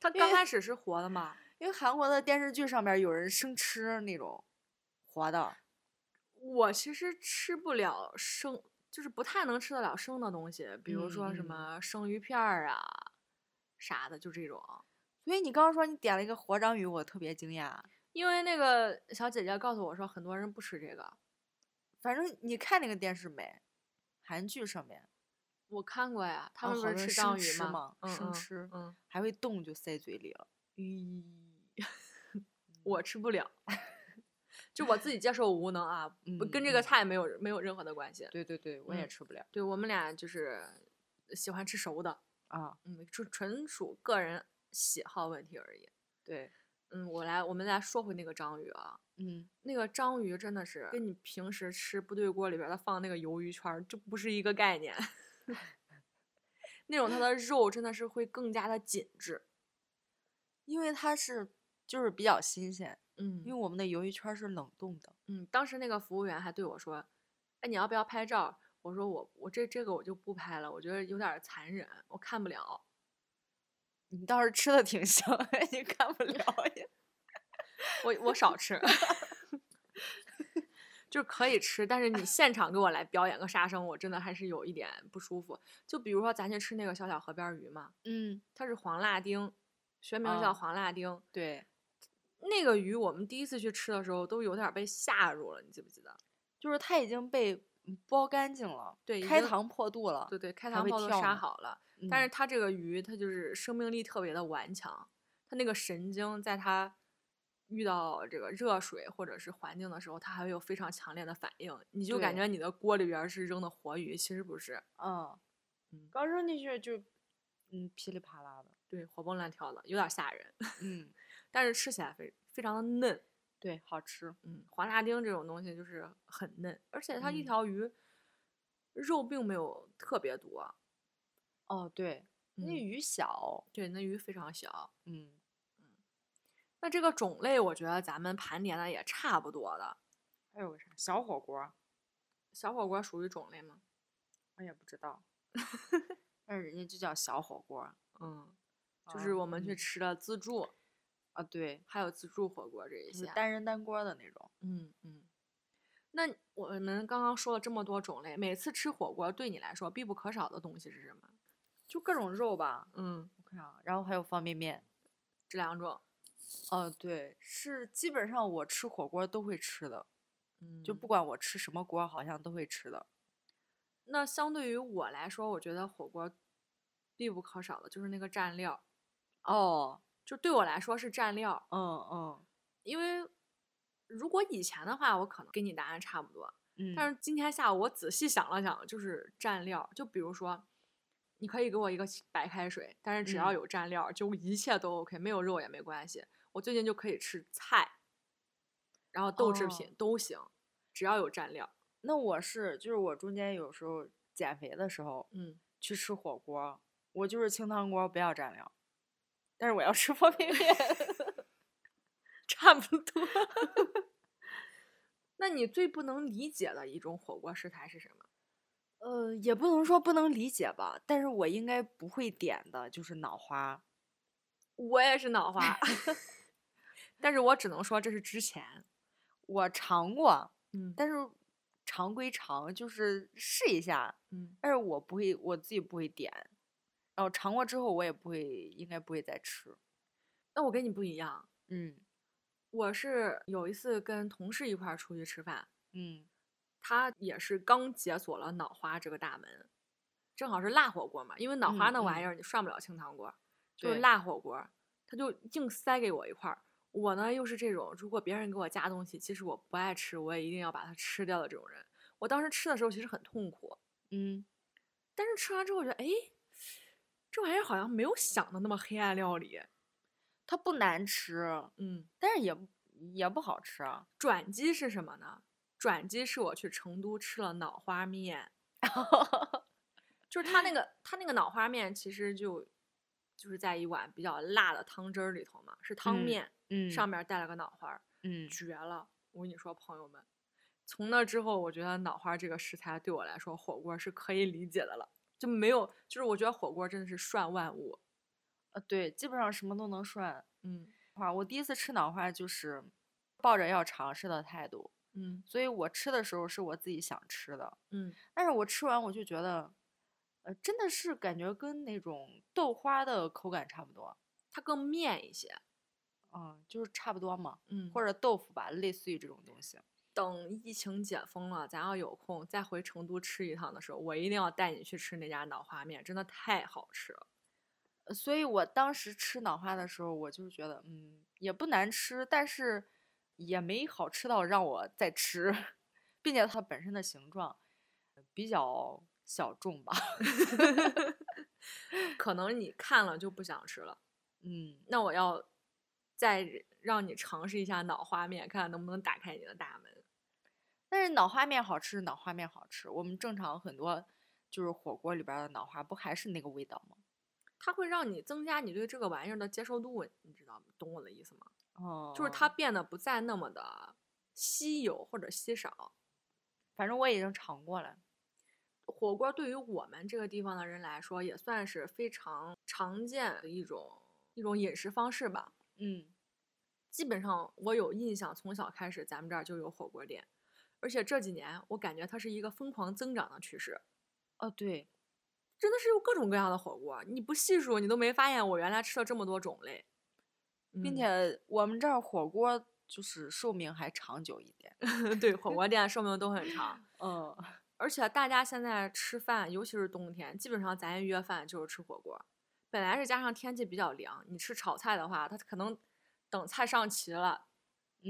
Speaker 1: 它刚
Speaker 2: 因为
Speaker 1: 开始是活的嘛，
Speaker 2: 因为韩国的电视剧上面有人生吃那种活的。
Speaker 1: 我其实吃不了生，就是不太能吃得了生的东西，比如说什
Speaker 2: 嗯嗯
Speaker 1: 么生鱼片儿啊啥的，就这种。
Speaker 2: 所以你刚刚说你点了一个活章鱼，我特别惊讶。
Speaker 1: 因为那个小姐姐告诉我说，很多人不吃这个。
Speaker 2: 反正你看那个电视没？韩剧上面
Speaker 1: 我看过呀，他
Speaker 2: 啊
Speaker 1: 们不
Speaker 2: 好
Speaker 1: 是
Speaker 2: 多人
Speaker 1: 吃
Speaker 2: 生
Speaker 1: 章鱼
Speaker 2: 吃
Speaker 1: 吗
Speaker 2: 嘛？生
Speaker 1: 嗯
Speaker 2: 吃
Speaker 1: 嗯
Speaker 2: 还会动就塞嘴里了。
Speaker 1: 嗯，
Speaker 2: 嗯
Speaker 1: 我吃不了， 就我自己接受无能啊，不跟这
Speaker 2: 嗯
Speaker 1: 个
Speaker 2: 嗯
Speaker 1: 菜没有没有任何的关系。
Speaker 2: 对对对，我
Speaker 1: 嗯
Speaker 2: 也吃不了
Speaker 1: 对我们俩就是喜欢吃熟的，
Speaker 2: 啊。
Speaker 1: 嗯，纯纯属个人喜好问题而已。
Speaker 2: 对，
Speaker 1: 嗯，我来，我们来说回那个章鱼啊，
Speaker 2: 嗯，
Speaker 1: 那个章鱼真的是跟你平时吃部队锅里边儿它放那个鱿鱼圈儿，就不是一个概念。 那种它的肉真的是会更加的紧致，
Speaker 2: 因为它是就是比较新鲜，
Speaker 1: 嗯
Speaker 2: 因为我们的鱿鱼圈儿是冷冻的。
Speaker 1: 嗯，当时那个服务员还对我说：“哎，你要不要拍照儿？”我说我：“我这这个我就不拍了，我觉得有点儿残忍，我看不了。
Speaker 2: 你倒是吃的 挺香，你看不了呀。
Speaker 1: 我我少吃，就是可以吃，但是你现场给我来表演个杀生，我真的还是有一点不舒服。就比如说咱去吃那个小小河边儿鱼嘛，
Speaker 2: 嗯，
Speaker 1: 它是黄辣丁，学名叫
Speaker 2: 啊
Speaker 1: 黄辣丁。
Speaker 2: 对，
Speaker 1: 那个鱼我们第一次去吃的时候都有点儿被吓住了，你记不记得？
Speaker 2: 就是它已经被嗯剥干净了，
Speaker 1: 对已
Speaker 2: 开
Speaker 1: 经
Speaker 2: 膛破肚了。
Speaker 1: 对对，开
Speaker 2: 还
Speaker 1: 膛
Speaker 2: 会
Speaker 1: 泡都
Speaker 2: 跳
Speaker 1: 杀
Speaker 2: 呢
Speaker 1: 好了。
Speaker 2: 嗯，
Speaker 1: 但是它这个鱼，它就是生命力特别的顽强，它那个神经在它遇到这个热水或者是环境的时候，它还会有非常强烈的反应。你就感
Speaker 2: 对
Speaker 1: 觉你的锅里边儿是扔的活鱼，其实不是，
Speaker 2: 嗯
Speaker 1: 嗯，
Speaker 2: 刚扔进去就嗯噼里啪啦的。
Speaker 1: 对，活蹦乱跳的，有点吓人。
Speaker 2: 嗯，
Speaker 1: 但是吃起来非非常的嫩，
Speaker 2: 对，好吃。
Speaker 1: 嗯，黄辣丁这种东西就是很嫩，而且它一
Speaker 2: 嗯
Speaker 1: 条鱼肉并没有特别多，
Speaker 2: 哦，对，那
Speaker 1: 嗯
Speaker 2: 鱼小。
Speaker 1: 对，那鱼非常小。
Speaker 2: 嗯，
Speaker 1: 那这个种类，我觉得咱们盘点的也差不多了。
Speaker 2: 还有个啥小火锅儿？
Speaker 1: 小火锅属于种类吗？
Speaker 2: 我哎也不知道， 但是人家就叫小火锅儿。
Speaker 1: 嗯，就是我们去
Speaker 2: 嗯
Speaker 1: 吃的自助，
Speaker 2: 啊，对，
Speaker 1: 还有自助火锅这一
Speaker 2: 就是
Speaker 1: 些。
Speaker 2: 单人单锅儿的那种。
Speaker 1: 嗯嗯。那我们刚刚说了这么多种类，每次吃火锅对你来说必不可少的东西是什么？
Speaker 2: 就各种肉吧，
Speaker 1: 嗯，
Speaker 2: 我看啊，然后还有方便面。
Speaker 1: 这两种。
Speaker 2: 哦，对，是基本上我吃火锅都会吃的，
Speaker 1: 嗯
Speaker 2: 就不管我吃什么锅，好像都会吃的。
Speaker 1: 那相对于我来说，我觉得火锅必不可少的就是那个蘸料，
Speaker 2: 哦，
Speaker 1: 就对我来说是蘸料，
Speaker 2: 嗯嗯
Speaker 1: 因为如果以前的话，我可能跟你答案差不多，
Speaker 2: 嗯，
Speaker 1: 但是今天下午我仔细想了想，就是蘸料，就比如说，你可以给我一个清白开水，但是只要
Speaker 2: 嗯
Speaker 1: 有蘸料，就一切都 OK，没有肉也没关系。我最近就可以吃菜，然后豆制品
Speaker 2: 哦
Speaker 1: 都行，只要有蘸料。
Speaker 2: 那我是就是我中间有时候减肥的时候
Speaker 1: 嗯
Speaker 2: 去吃火锅，我就是清汤锅，不要蘸料，但是我要吃方便面，
Speaker 1: 差不多。 那你最不能理解的一种火锅食材是什么？
Speaker 2: 呃，也不能说不能理解吧，但是我应该不会点的就是脑花。
Speaker 1: 我也是脑 花，但是我只能说这是之前，
Speaker 2: 我尝过，
Speaker 1: 嗯
Speaker 2: 但是尝归尝，就是试一下，
Speaker 1: 嗯，
Speaker 2: 但是我不会，我自己不会点。然后尝过之后，我也不会，应该不会再吃。
Speaker 1: 那我跟你不一样，
Speaker 2: 嗯
Speaker 1: 我是有一次跟同事一块儿出去吃饭，
Speaker 2: 嗯
Speaker 1: 他也是刚解锁了脑花这个大门，正好是辣火锅嘛，因为脑花
Speaker 2: 嗯
Speaker 1: 那玩意
Speaker 2: 嗯
Speaker 1: 儿你涮不了清汤锅，就是
Speaker 2: 对
Speaker 1: 辣火锅，他就硬塞给我一块儿。我呢又是这种，如果别人给我加东西，即使我不爱吃，我也一定要把它吃掉的这种人。我当时吃的时候其实很痛苦，
Speaker 2: 嗯，
Speaker 1: 但是吃完之后我觉得，哎，这玩意儿好像没有想的那么黑暗料理，
Speaker 2: 它不难吃，
Speaker 1: 嗯。
Speaker 2: 但是也不也不好吃啊。
Speaker 1: 转机是什么呢？转机是我去成都吃了脑花面，就是它那个它那个脑花面其实就就是在一碗比较辣的汤汁儿里头嘛，是汤
Speaker 2: 嗯
Speaker 1: 面，
Speaker 2: 嗯
Speaker 1: 上面带了个脑花儿，
Speaker 2: 嗯
Speaker 1: 绝了！我跟你说，朋友们，从那之后，我觉得脑花儿这个食材对我来说，火锅儿是可以理解的了，就没有就是我觉得火锅儿真的是涮万物，
Speaker 2: 呃对，基本上什么都能涮。
Speaker 1: 嗯
Speaker 2: 花，我第一次吃脑花就是抱着要尝试的态度，
Speaker 1: 嗯
Speaker 2: 所以我吃的时候是我自己想吃的，
Speaker 1: 嗯，
Speaker 2: 但是我吃完我就觉得，呃，真的是感觉跟那种豆花的口感差不多，
Speaker 1: 它更面一些，
Speaker 2: 嗯，就是差不多嘛，
Speaker 1: 嗯，
Speaker 2: 或者豆腐吧，类似于这种东西。
Speaker 1: 等疫情解封了，咱要有空再回成都吃一趟的时候，我一定要带你去吃那家脑花面，真的太好吃了。
Speaker 2: 呃所以我当时吃脑花的时候，我就是觉得，嗯，也不难吃，但是也没好吃到让我再吃， 并且它本身的形状比较小众吧，
Speaker 1: 可能你看了就不想吃了，
Speaker 2: 嗯。
Speaker 1: 那我要再让你尝试一下脑花面，看看能不能打开你的大门。
Speaker 2: 但是脑花面好吃，脑花面好吃。我们正常很多就是火锅里边儿的脑花，不还是那个味道吗？
Speaker 1: 它会让你增加你对这个玩意儿的接受度，你知道吗？懂我的意思吗？
Speaker 2: 哦
Speaker 1: 就是它，变得不再那么的稀有或者稀少。
Speaker 2: 反正我已经尝过了。
Speaker 1: 火锅对于我们这个地方的人来说，也算是非常常见的一种一种饮食方式吧。
Speaker 2: 嗯
Speaker 1: 基本上我有印象，从小开始咱们这儿就有火锅店，而且这几年我感觉它是一个疯狂增长的趋势，
Speaker 2: 哦，对，
Speaker 1: 真的是有各种各样的火锅，你不细数你都没发现我原来吃了这么多种类，
Speaker 2: 并
Speaker 1: 嗯
Speaker 2: 且我们这儿火锅就是寿命还长久一 点。
Speaker 1: 对火锅店寿命都很长，
Speaker 2: 嗯，
Speaker 1: 而且大家现在吃饭，尤其是冬天，基本上咱约饭就是吃火锅。本来是加上天气比较凉，你吃炒菜的话，它可能等菜上齐了，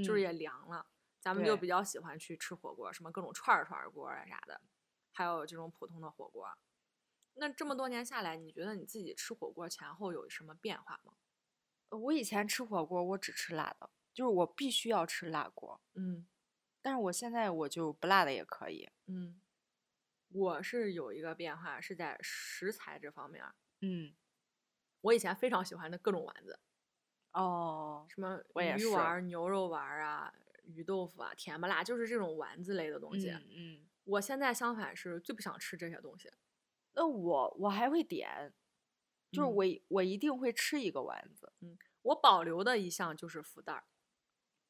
Speaker 1: 就是
Speaker 2: 嗯
Speaker 1: 也凉了。咱们就
Speaker 2: 对
Speaker 1: 比较喜欢去吃火锅，什么各种串儿串儿锅啊啥的，还有这种普通的火锅。那这么多年下来，你觉得你自己吃火锅前后有什么变化吗？
Speaker 2: 我以前吃火锅，我只吃辣的，就是我必须要吃辣锅。
Speaker 1: 嗯
Speaker 2: 但是我现在我就不辣的也可以。
Speaker 1: 嗯，我是有一个变化，是在食材这方面儿。
Speaker 2: 嗯，
Speaker 1: 我以前非常喜欢的各种丸子，
Speaker 2: 哦，
Speaker 1: 什么
Speaker 2: 我也
Speaker 1: 鱼
Speaker 2: 是
Speaker 1: 丸儿、牛肉丸儿啊、鱼豆腐啊、甜不辣，就是这种丸子类的东西。
Speaker 2: 嗯嗯，
Speaker 1: 我现在相反是最不想吃这些东西。
Speaker 2: 那我我还会点，就是
Speaker 1: 嗯
Speaker 2: 我一我一定会吃一个丸子。
Speaker 1: 我保留的一项就是福袋儿，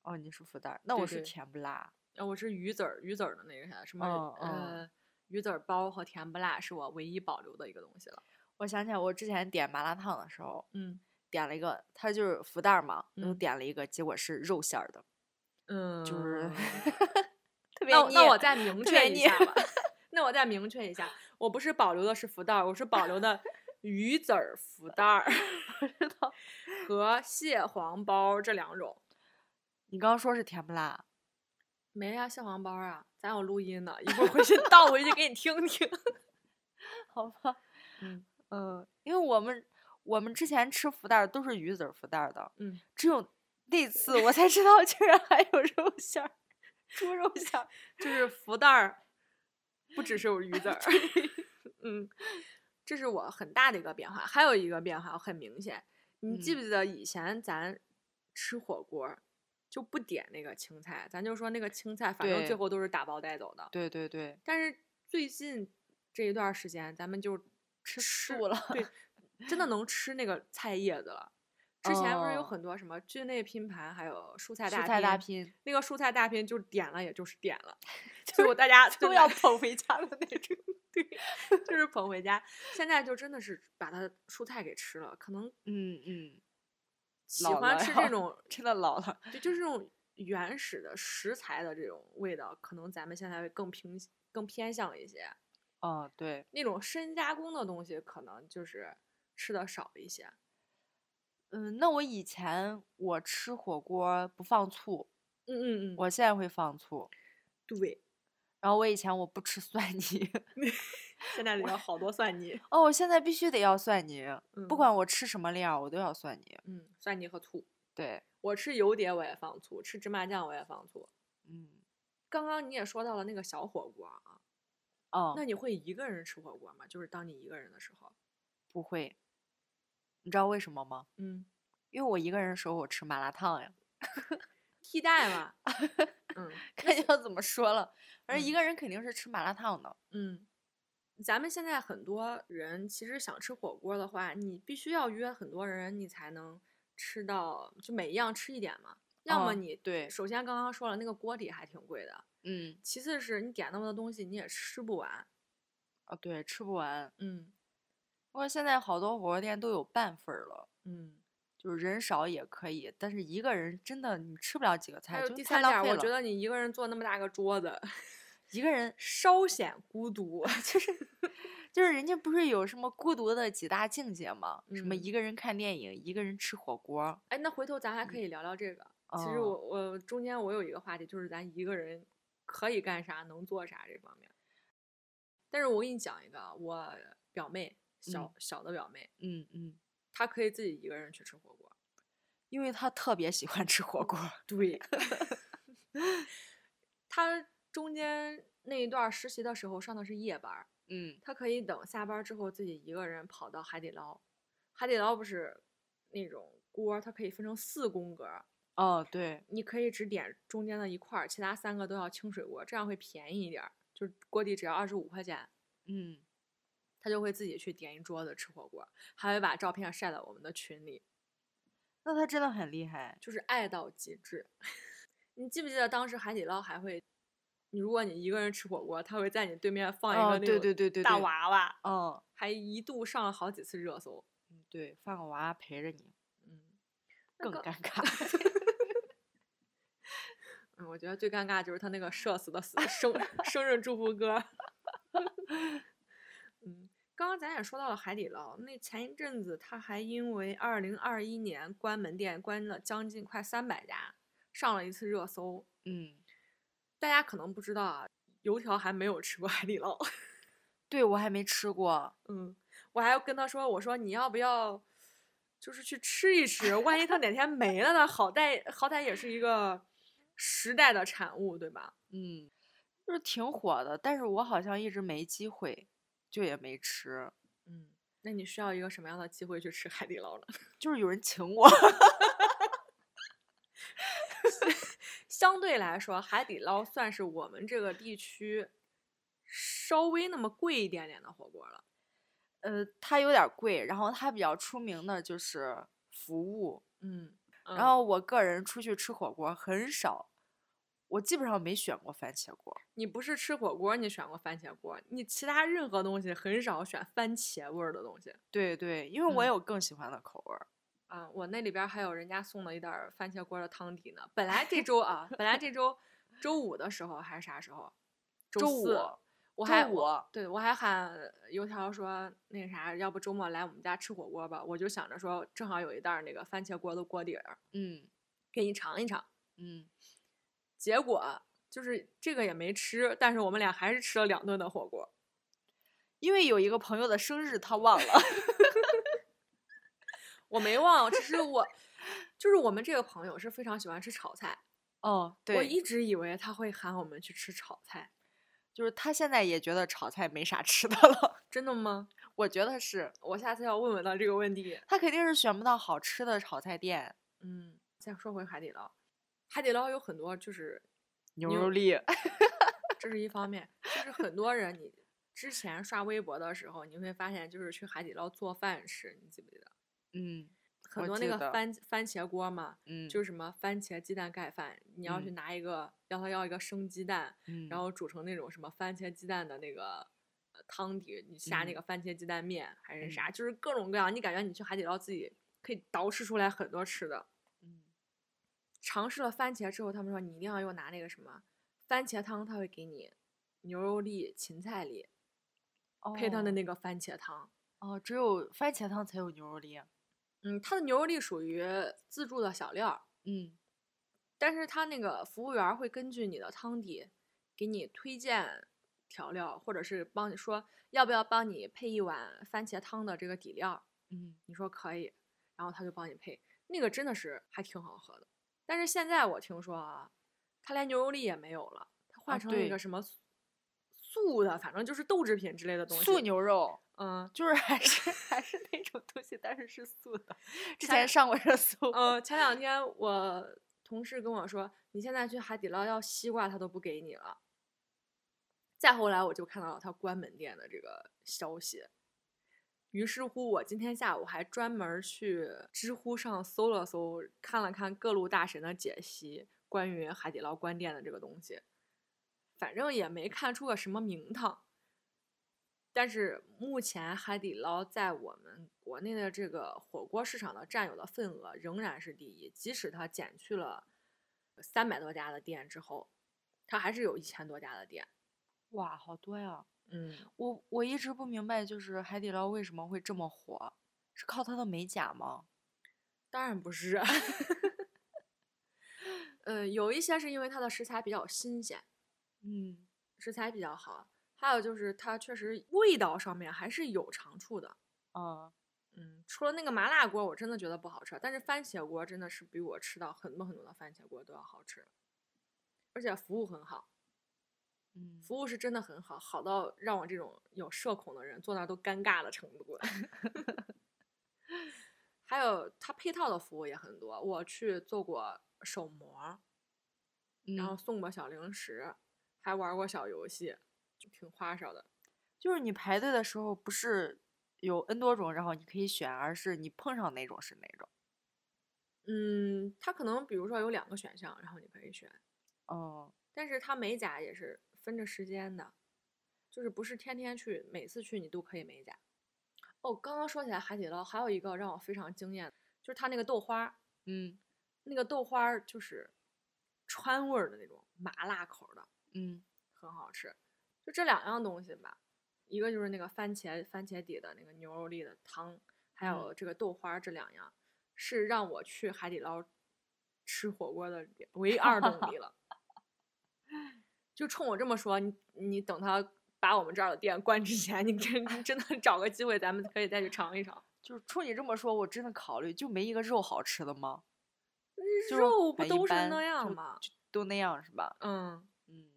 Speaker 2: 哦，你是福袋儿，那
Speaker 1: 对
Speaker 2: 我是
Speaker 1: 对
Speaker 2: 甜不辣。
Speaker 1: 呃，我是鱼籽儿、鱼籽儿的那个啥，什么、
Speaker 2: 哦哦
Speaker 1: 呃鱼籽儿包和甜不辣是我唯一保留的一个东西了。
Speaker 2: 我想起来，我之前点麻辣烫的时候，
Speaker 1: 嗯
Speaker 2: 点了一个，它就是福袋儿嘛，我就
Speaker 1: 嗯
Speaker 2: 点了一个，结果是肉馅儿的，
Speaker 1: 嗯，
Speaker 2: 就是特别
Speaker 1: 那我那
Speaker 2: 腻
Speaker 1: 我再明
Speaker 2: 特别
Speaker 1: 确一
Speaker 2: 腻
Speaker 1: 下吧。那我再明确一下，我不是保留的是福袋儿，我是保留 的鱼籽儿福袋儿 和蟹黄包儿这两种。
Speaker 2: 你刚刚说是甜不辣，
Speaker 1: 没呀、蟹黄包儿啊，咱有录音呢，一会儿回去 倒回去给你听听。
Speaker 2: 好吧？
Speaker 1: 嗯
Speaker 2: 嗯，因为我们我们之前吃福袋儿都是鱼籽儿福袋儿的，
Speaker 1: 嗯，
Speaker 2: 只有那次我才知道 居然还有肉馅儿，猪肉馅儿。
Speaker 1: 就是福袋儿，不只是有鱼籽儿。嗯，这是我很大的一个变化。还有一个变化很明显，你记
Speaker 2: 嗯
Speaker 1: 不记得以前咱吃火锅儿就不点那个青菜，咱就说那个青菜反正最
Speaker 2: 对
Speaker 1: 后都是打包带走的。
Speaker 2: 对对对，
Speaker 1: 但是最近这一段儿时间，咱们就吃
Speaker 2: 素了
Speaker 1: 对，真的能吃那个菜叶子了。之前不是有
Speaker 2: 哦
Speaker 1: 很多什么菌类拼盘，还有蔬菜大
Speaker 2: 蔬菜大
Speaker 1: 拼
Speaker 2: 拼
Speaker 1: 那个蔬菜大拼就点了，也就是点 了，结果大家真
Speaker 2: 都
Speaker 1: 的
Speaker 2: 要捧回家的那种。
Speaker 1: 就是捧回家。现在就真的是把它蔬菜给吃了，可能
Speaker 2: 嗯嗯，
Speaker 1: 喜
Speaker 2: 老
Speaker 1: 欢
Speaker 2: 了
Speaker 1: 吃这
Speaker 2: 要
Speaker 1: 种，
Speaker 2: 真的老了。
Speaker 1: 就就是这种原始的食材的这种味道，可能咱们现在会更偏更偏向一些。
Speaker 2: 哦，对，
Speaker 1: 那种深加工的东西，可能就是吃的少一些。
Speaker 2: 嗯，那我以前我吃火锅不放醋，
Speaker 1: 嗯嗯嗯，
Speaker 2: 我现在会放醋。
Speaker 1: 对，
Speaker 2: 然后我以前我不吃蒜泥，
Speaker 1: 现在里面好多蒜泥，
Speaker 2: 哦，我现在必须得要蒜泥，
Speaker 1: 嗯
Speaker 2: 不管我吃什么料，我都要蒜泥。
Speaker 1: 嗯，蒜泥和醋。
Speaker 2: 对，
Speaker 1: 我吃油碟我也放醋，吃芝麻酱我也放醋。
Speaker 2: 嗯，
Speaker 1: 刚刚你也说到了那个小火锅啊，
Speaker 2: 哦，
Speaker 1: 那你会一个人吃火锅吗？就是当你一个人的时候，
Speaker 2: 不会，你知道为什么吗？
Speaker 1: 嗯，
Speaker 2: 因为我一个人的时候我吃麻辣烫呀，
Speaker 1: 替代嘛，嗯
Speaker 2: 看你要怎么说了。反正一
Speaker 1: 嗯
Speaker 2: 个人肯定是吃麻辣烫的。
Speaker 1: 嗯，咱们现在很多人其实想吃火锅的话，你必须要约很多人，你才能吃到，就每一样吃一点嘛。要么
Speaker 2: 哦
Speaker 1: 你
Speaker 2: 对
Speaker 1: 首先刚刚说了那个锅底还挺贵的，
Speaker 2: 嗯，
Speaker 1: 其次是你点那么多东西你也吃不完，
Speaker 2: 哦，对，吃不完。
Speaker 1: 嗯
Speaker 2: 不过现在好多火锅店都有半份儿了，
Speaker 1: 嗯。
Speaker 2: 就是人少也可以，但是一个人真的你吃不了几个
Speaker 1: 还
Speaker 2: 菜，
Speaker 1: 有
Speaker 2: 哎就
Speaker 1: 第
Speaker 2: 太
Speaker 1: 三
Speaker 2: 浪
Speaker 1: 点，
Speaker 2: 费
Speaker 1: 我
Speaker 2: 了
Speaker 1: 觉得你一个人坐那么大个桌子，
Speaker 2: 一个人
Speaker 1: 稍显孤独。
Speaker 2: 就是人家不是有什么孤独的几大境界吗？什么
Speaker 1: 嗯
Speaker 2: 一个人看电影，一个人吃火锅儿。
Speaker 1: 哎，那回头咱还可以聊聊这个。其实
Speaker 2: 嗯哦
Speaker 1: 我我中间我有一个话题，就是咱一个人可以干啥，能做啥这方面。但是我给你讲一个啊，我表妹小、
Speaker 2: 嗯
Speaker 1: 小的表妹，
Speaker 2: 嗯嗯，
Speaker 1: 她可以自己一个人去吃火锅。
Speaker 2: 因为他特别喜欢吃火 锅儿。
Speaker 1: 对，她中间那一段儿实习的时候上的是夜班儿，
Speaker 2: 嗯
Speaker 1: 她可以等下班儿之后自己一个人跑到海底捞。海底捞不是那种锅儿，它可以分成四宫格儿，
Speaker 2: 哦，对，
Speaker 1: 你可以只点中间的一块儿，其他三个都要清水锅，这样会便宜一点儿，就是锅底只要二十五块钱，
Speaker 2: 嗯，
Speaker 1: 他就会自己去点一桌子吃火锅，还会把照片晒到我们的群里，
Speaker 2: 那他真的很厉害。
Speaker 1: 就是爱到极致。 你记不记得当时海底捞还会，你如果你一个人吃火锅，他会在你对面放一
Speaker 2: 哦，
Speaker 1: 个
Speaker 2: 对
Speaker 1: 那
Speaker 2: 对
Speaker 1: 种
Speaker 2: 对对，
Speaker 1: 大
Speaker 2: 对，
Speaker 1: 娃娃，
Speaker 2: 哦，
Speaker 1: 还一度上了好几次热搜。
Speaker 2: 嗯对，放个娃陪着你
Speaker 1: 嗯，那
Speaker 2: 更
Speaker 1: 个
Speaker 2: 尴 尬。
Speaker 1: 嗯，我觉得最尴尬就是他那个社死的死生生日祝福歌。 嗯，刚刚咱也说到了海底捞，那前一阵子他还因为二零二一年关门店关了将近快三百家，上了一次热搜。
Speaker 2: 嗯，
Speaker 1: 大家可能不知道啊，油条还没有吃过海底捞。
Speaker 2: 对我还没吃过。
Speaker 1: 嗯，我还跟他说，我说你要不要，就是去吃一吃，万一他哪天没了呢？好歹好歹也是一个时代的产物，对吧？
Speaker 2: 嗯，就是挺火的，但是我好像一直没机会，就也没吃。
Speaker 1: 嗯，那你需要一个什么样的机会去吃海底捞呢？
Speaker 2: 就是有人请我，
Speaker 1: 相对来说，海底捞算是我们这个地区稍微那么贵一点点的火锅了。
Speaker 2: 呃，它有点儿贵，然后它比较出名的就是服务。
Speaker 1: 嗯，
Speaker 2: 然后我个人出去吃火锅很少，我基本上没选过番茄锅。
Speaker 1: 你不是吃火锅，你选过番茄锅，你其他任何东西很少选番茄味儿的东西。
Speaker 2: 对对，因为我
Speaker 1: 嗯
Speaker 2: 有更喜欢的口味儿。
Speaker 1: 啊，我那里边儿还有人家送了一袋儿番茄锅的汤底呢。本来 这周啊，本来这周周五的时候还是啥时候？四，
Speaker 2: 周五
Speaker 1: 我
Speaker 2: 周
Speaker 1: 还
Speaker 2: 五
Speaker 1: 我对我还喊油条说那个啥，要不周末来我们家吃火锅吧？我就想着说，正好有一袋儿那个番茄锅的锅底儿，
Speaker 2: 嗯
Speaker 1: 给你尝一尝。
Speaker 2: 嗯，
Speaker 1: 结果就是这个也没吃，但是我们俩还是吃了两顿的火锅。
Speaker 2: 因为有一个朋友的生日，他忘了。
Speaker 1: 我没忘，只是我就是我们这个朋友是非常喜欢吃炒菜，
Speaker 2: 哦，
Speaker 1: 我
Speaker 2: 对，
Speaker 1: 一直以为他会喊我们去吃炒菜。
Speaker 2: 就是他现在也觉得炒菜没啥吃的了。
Speaker 1: 真的吗？
Speaker 2: 我觉得是，
Speaker 1: 我下次要问问他这个问题。
Speaker 2: 他肯定是选不到好吃的炒菜店，
Speaker 1: 嗯，再说回海底捞，海底捞有很多就是
Speaker 2: 牛
Speaker 1: 牛
Speaker 2: 肉粒，
Speaker 1: 这是一方面，就是很多人你之前刷微博的时候，你会发现就是去海底捞做饭吃，你记不记得？
Speaker 2: 嗯
Speaker 1: 很
Speaker 2: 我
Speaker 1: 多那
Speaker 2: 记
Speaker 1: 个
Speaker 2: 得
Speaker 1: 番番茄锅嘛，
Speaker 2: 嗯，
Speaker 1: 就是什么番茄鸡蛋盖饭，你要去
Speaker 2: 嗯
Speaker 1: 拿一个，要他要一个生鸡蛋，
Speaker 2: 嗯
Speaker 1: 然后煮成那种什么番茄鸡蛋的那个呃汤底，你下那
Speaker 2: 嗯
Speaker 1: 个番茄鸡蛋面、还是
Speaker 2: 嗯
Speaker 1: 啥，就是各种各样。你感觉你去海底捞自己可以捯饬出来很多吃的。
Speaker 2: 嗯
Speaker 1: 尝试了番茄之后，他们说你一定要用拿那个什么番茄汤，他会给你牛肉粒、芹菜粒配他的那个番茄汤。
Speaker 2: 哦哦，只有番茄汤才有牛肉粒，啊
Speaker 1: 嗯，它的牛肉粒属于自助的小料儿，
Speaker 2: 嗯
Speaker 1: 但是他那个服务员儿会根据你的汤底给你推荐调料，或者是帮你说要不要帮你配一碗番茄汤的这个底料儿，
Speaker 2: 嗯
Speaker 1: 你说可以，然后他就帮你配。那个真的是还挺好喝的，但是现在我听说啊，他连牛肉粒也没有了，他换
Speaker 2: 啊
Speaker 1: 成了一
Speaker 2: 对
Speaker 1: 个什么素素的，反正就是豆制品之类的东西。
Speaker 2: 素，牛肉。
Speaker 1: 嗯
Speaker 2: 就是还是 还是那种东西，但是是素的。之
Speaker 1: 前
Speaker 2: 前上过热搜，
Speaker 1: 呃，前两天我同事跟我说，你现在去海底捞要西瓜，他都不给你了。再后来我就看到了他关门店的这个消息，于是乎我今天下午还专门儿去知乎上搜了搜，看了看各路大神的解析关于海底捞关店的这个东西，反正也没看出个什么名堂。但是目前海底捞在我们国内的这个火锅市场的占有的份额仍然是第一，即使它减去了三百多家的店之后，它还是有一千多家的店。
Speaker 2: 哇，好多呀！
Speaker 1: 嗯，
Speaker 2: 我我一直不明白，就是海底捞为什么会这么火，是靠它的美甲吗？
Speaker 1: 当然不是。呃，有一些是因为它的食材比较新鲜，
Speaker 2: 嗯
Speaker 1: 食材比较好，还有就是它确实味道上面还是有长处的。
Speaker 2: 啊，
Speaker 1: 嗯，除了那个麻辣锅，我真的觉得不好吃，但是番茄锅真的是比我吃到很多很多的番茄锅都要好吃，而且服务很好，
Speaker 2: 嗯，
Speaker 1: 服务是真的很好，好到让我这种有社恐的人坐那儿都尴尬的程度。 还有它配套的服务也很多，我去做过手模儿，然
Speaker 2: 嗯
Speaker 1: 后送过小零食，还玩过小游戏，就挺花哨的。
Speaker 2: 就是你排队的时候不是有 N 多种，然后你可以选，而是你碰上哪种是哪种。
Speaker 1: 嗯，它可能比如说有两个选项，然后你可以选。
Speaker 2: 哦，
Speaker 1: 但是它美甲也是分着时间的，就是不是天天去，每次去你都可以美甲。哦，刚刚说起来海底捞，还有一个让我非常惊艳的，就是它那个豆花儿，
Speaker 2: 嗯
Speaker 1: 那个豆花儿就是川味儿的那种麻辣口儿的，
Speaker 2: 嗯
Speaker 1: 很好吃。就这两样东西吧，一个就是那个番茄番茄底的那个牛肉粒的汤，还有
Speaker 2: 嗯
Speaker 1: 这个豆花儿这两样，是让我去海底捞吃火锅的唯二动力了。 就冲我这么说，你你等他把我们这儿的店关之前，你真你真的 找个机会，咱们可以再去尝一尝。
Speaker 2: 就是冲你这么说，我真的考虑，就没一个肉好吃的吗？就是
Speaker 1: 肉不
Speaker 2: 很一
Speaker 1: 都是
Speaker 2: 般
Speaker 1: 那样
Speaker 2: 就
Speaker 1: 吗？
Speaker 2: 就都那样是吧？
Speaker 1: 嗯
Speaker 2: 嗯，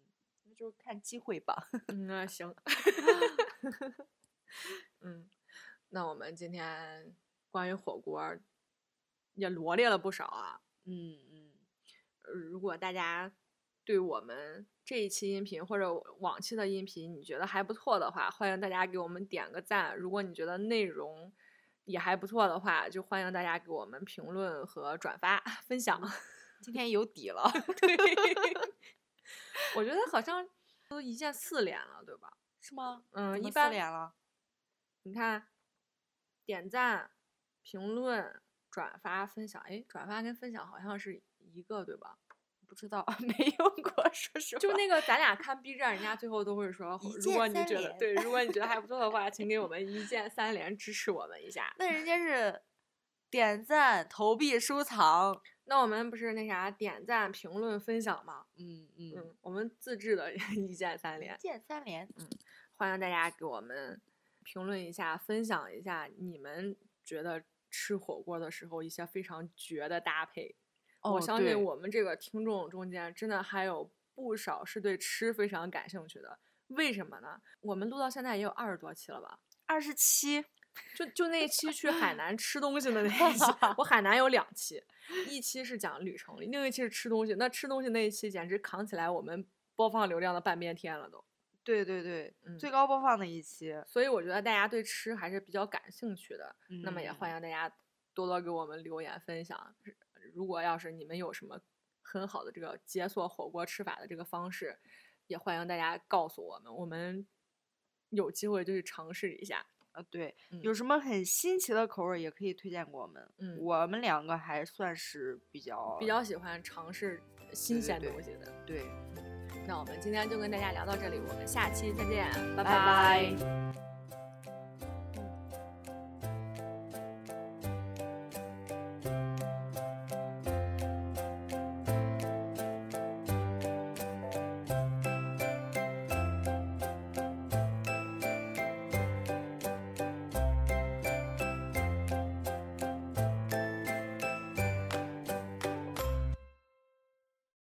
Speaker 2: 那就看机会吧。
Speaker 1: 嗯，那行，嗯，那我们今天关于火锅儿也罗列了不少啊。
Speaker 2: 嗯嗯，
Speaker 1: 呃如果大家对我们这一期音频或者往期的音频你觉得还不错的话，欢迎大家给我们点个赞。如果你觉得内容也还不错的话，就欢迎大家给我们评论和转发 分享。
Speaker 2: 嗯今天有底了。
Speaker 1: 对， 我觉得好像都一键四连了，对吧？
Speaker 2: 是吗？
Speaker 1: 嗯，
Speaker 2: 怎
Speaker 1: 一
Speaker 2: 么四
Speaker 1: 般
Speaker 2: 连了。
Speaker 1: 你看，点赞、评论、转发、分享，哎，转发跟分享好像是一个，对吧？
Speaker 2: 不知道， 没用过，说实话。
Speaker 1: 就那个咱俩看 B 站，人家最后都会说
Speaker 2: 一，
Speaker 1: 如果
Speaker 2: 键
Speaker 1: 你
Speaker 2: 三
Speaker 1: 觉得
Speaker 2: 连
Speaker 1: 对，如果你觉得还不错的话，请给我们一键三连支持我们一下。
Speaker 2: 那人家是点赞、投币、收藏。
Speaker 1: 那我们不是那啥点赞、评论、分享吗？
Speaker 2: 嗯嗯，
Speaker 1: 嗯，我们自制的一键三
Speaker 2: 一
Speaker 1: 连，
Speaker 2: 键三连。
Speaker 1: 欢迎大家给我们评论一下，分享一下你们觉得吃火锅的时候一些非常绝的搭配。我
Speaker 2: 哦
Speaker 1: 相
Speaker 2: 对
Speaker 1: 信我们这个听众中间真的还有不少是对吃非常感兴趣的。为什么呢？我们录到现在也有二十多期了吧？
Speaker 2: 二十七，
Speaker 1: 就就那期去海南吃东西的那一期，我海南有两期，一期是讲旅程，另一期是吃东西。那吃东西那一期简直扛起来我们播放流量的半边天了都。
Speaker 2: 对对对，
Speaker 1: 嗯
Speaker 2: 最高播放的一期。
Speaker 1: 所以我觉得大家对吃还是比较感兴趣的，那么也
Speaker 2: 嗯
Speaker 1: 欢迎大家多多给我们留言分享。是如果要是你们有什么很好的这个解锁火锅吃法的这个方式，也欢迎大家告诉我们，我们有机会就去尝试一下。
Speaker 2: 呃，对，
Speaker 1: 嗯
Speaker 2: 有什么很新奇的口味儿也可以推荐给我们。
Speaker 1: 嗯
Speaker 2: 我们两个还算是比较
Speaker 1: 比较喜欢尝试新
Speaker 2: 对对
Speaker 1: 鲜
Speaker 2: 对
Speaker 1: 东西的。
Speaker 2: 对，
Speaker 1: 那我们今天就跟大家聊到这里，我们下期再见，拜
Speaker 2: 拜拜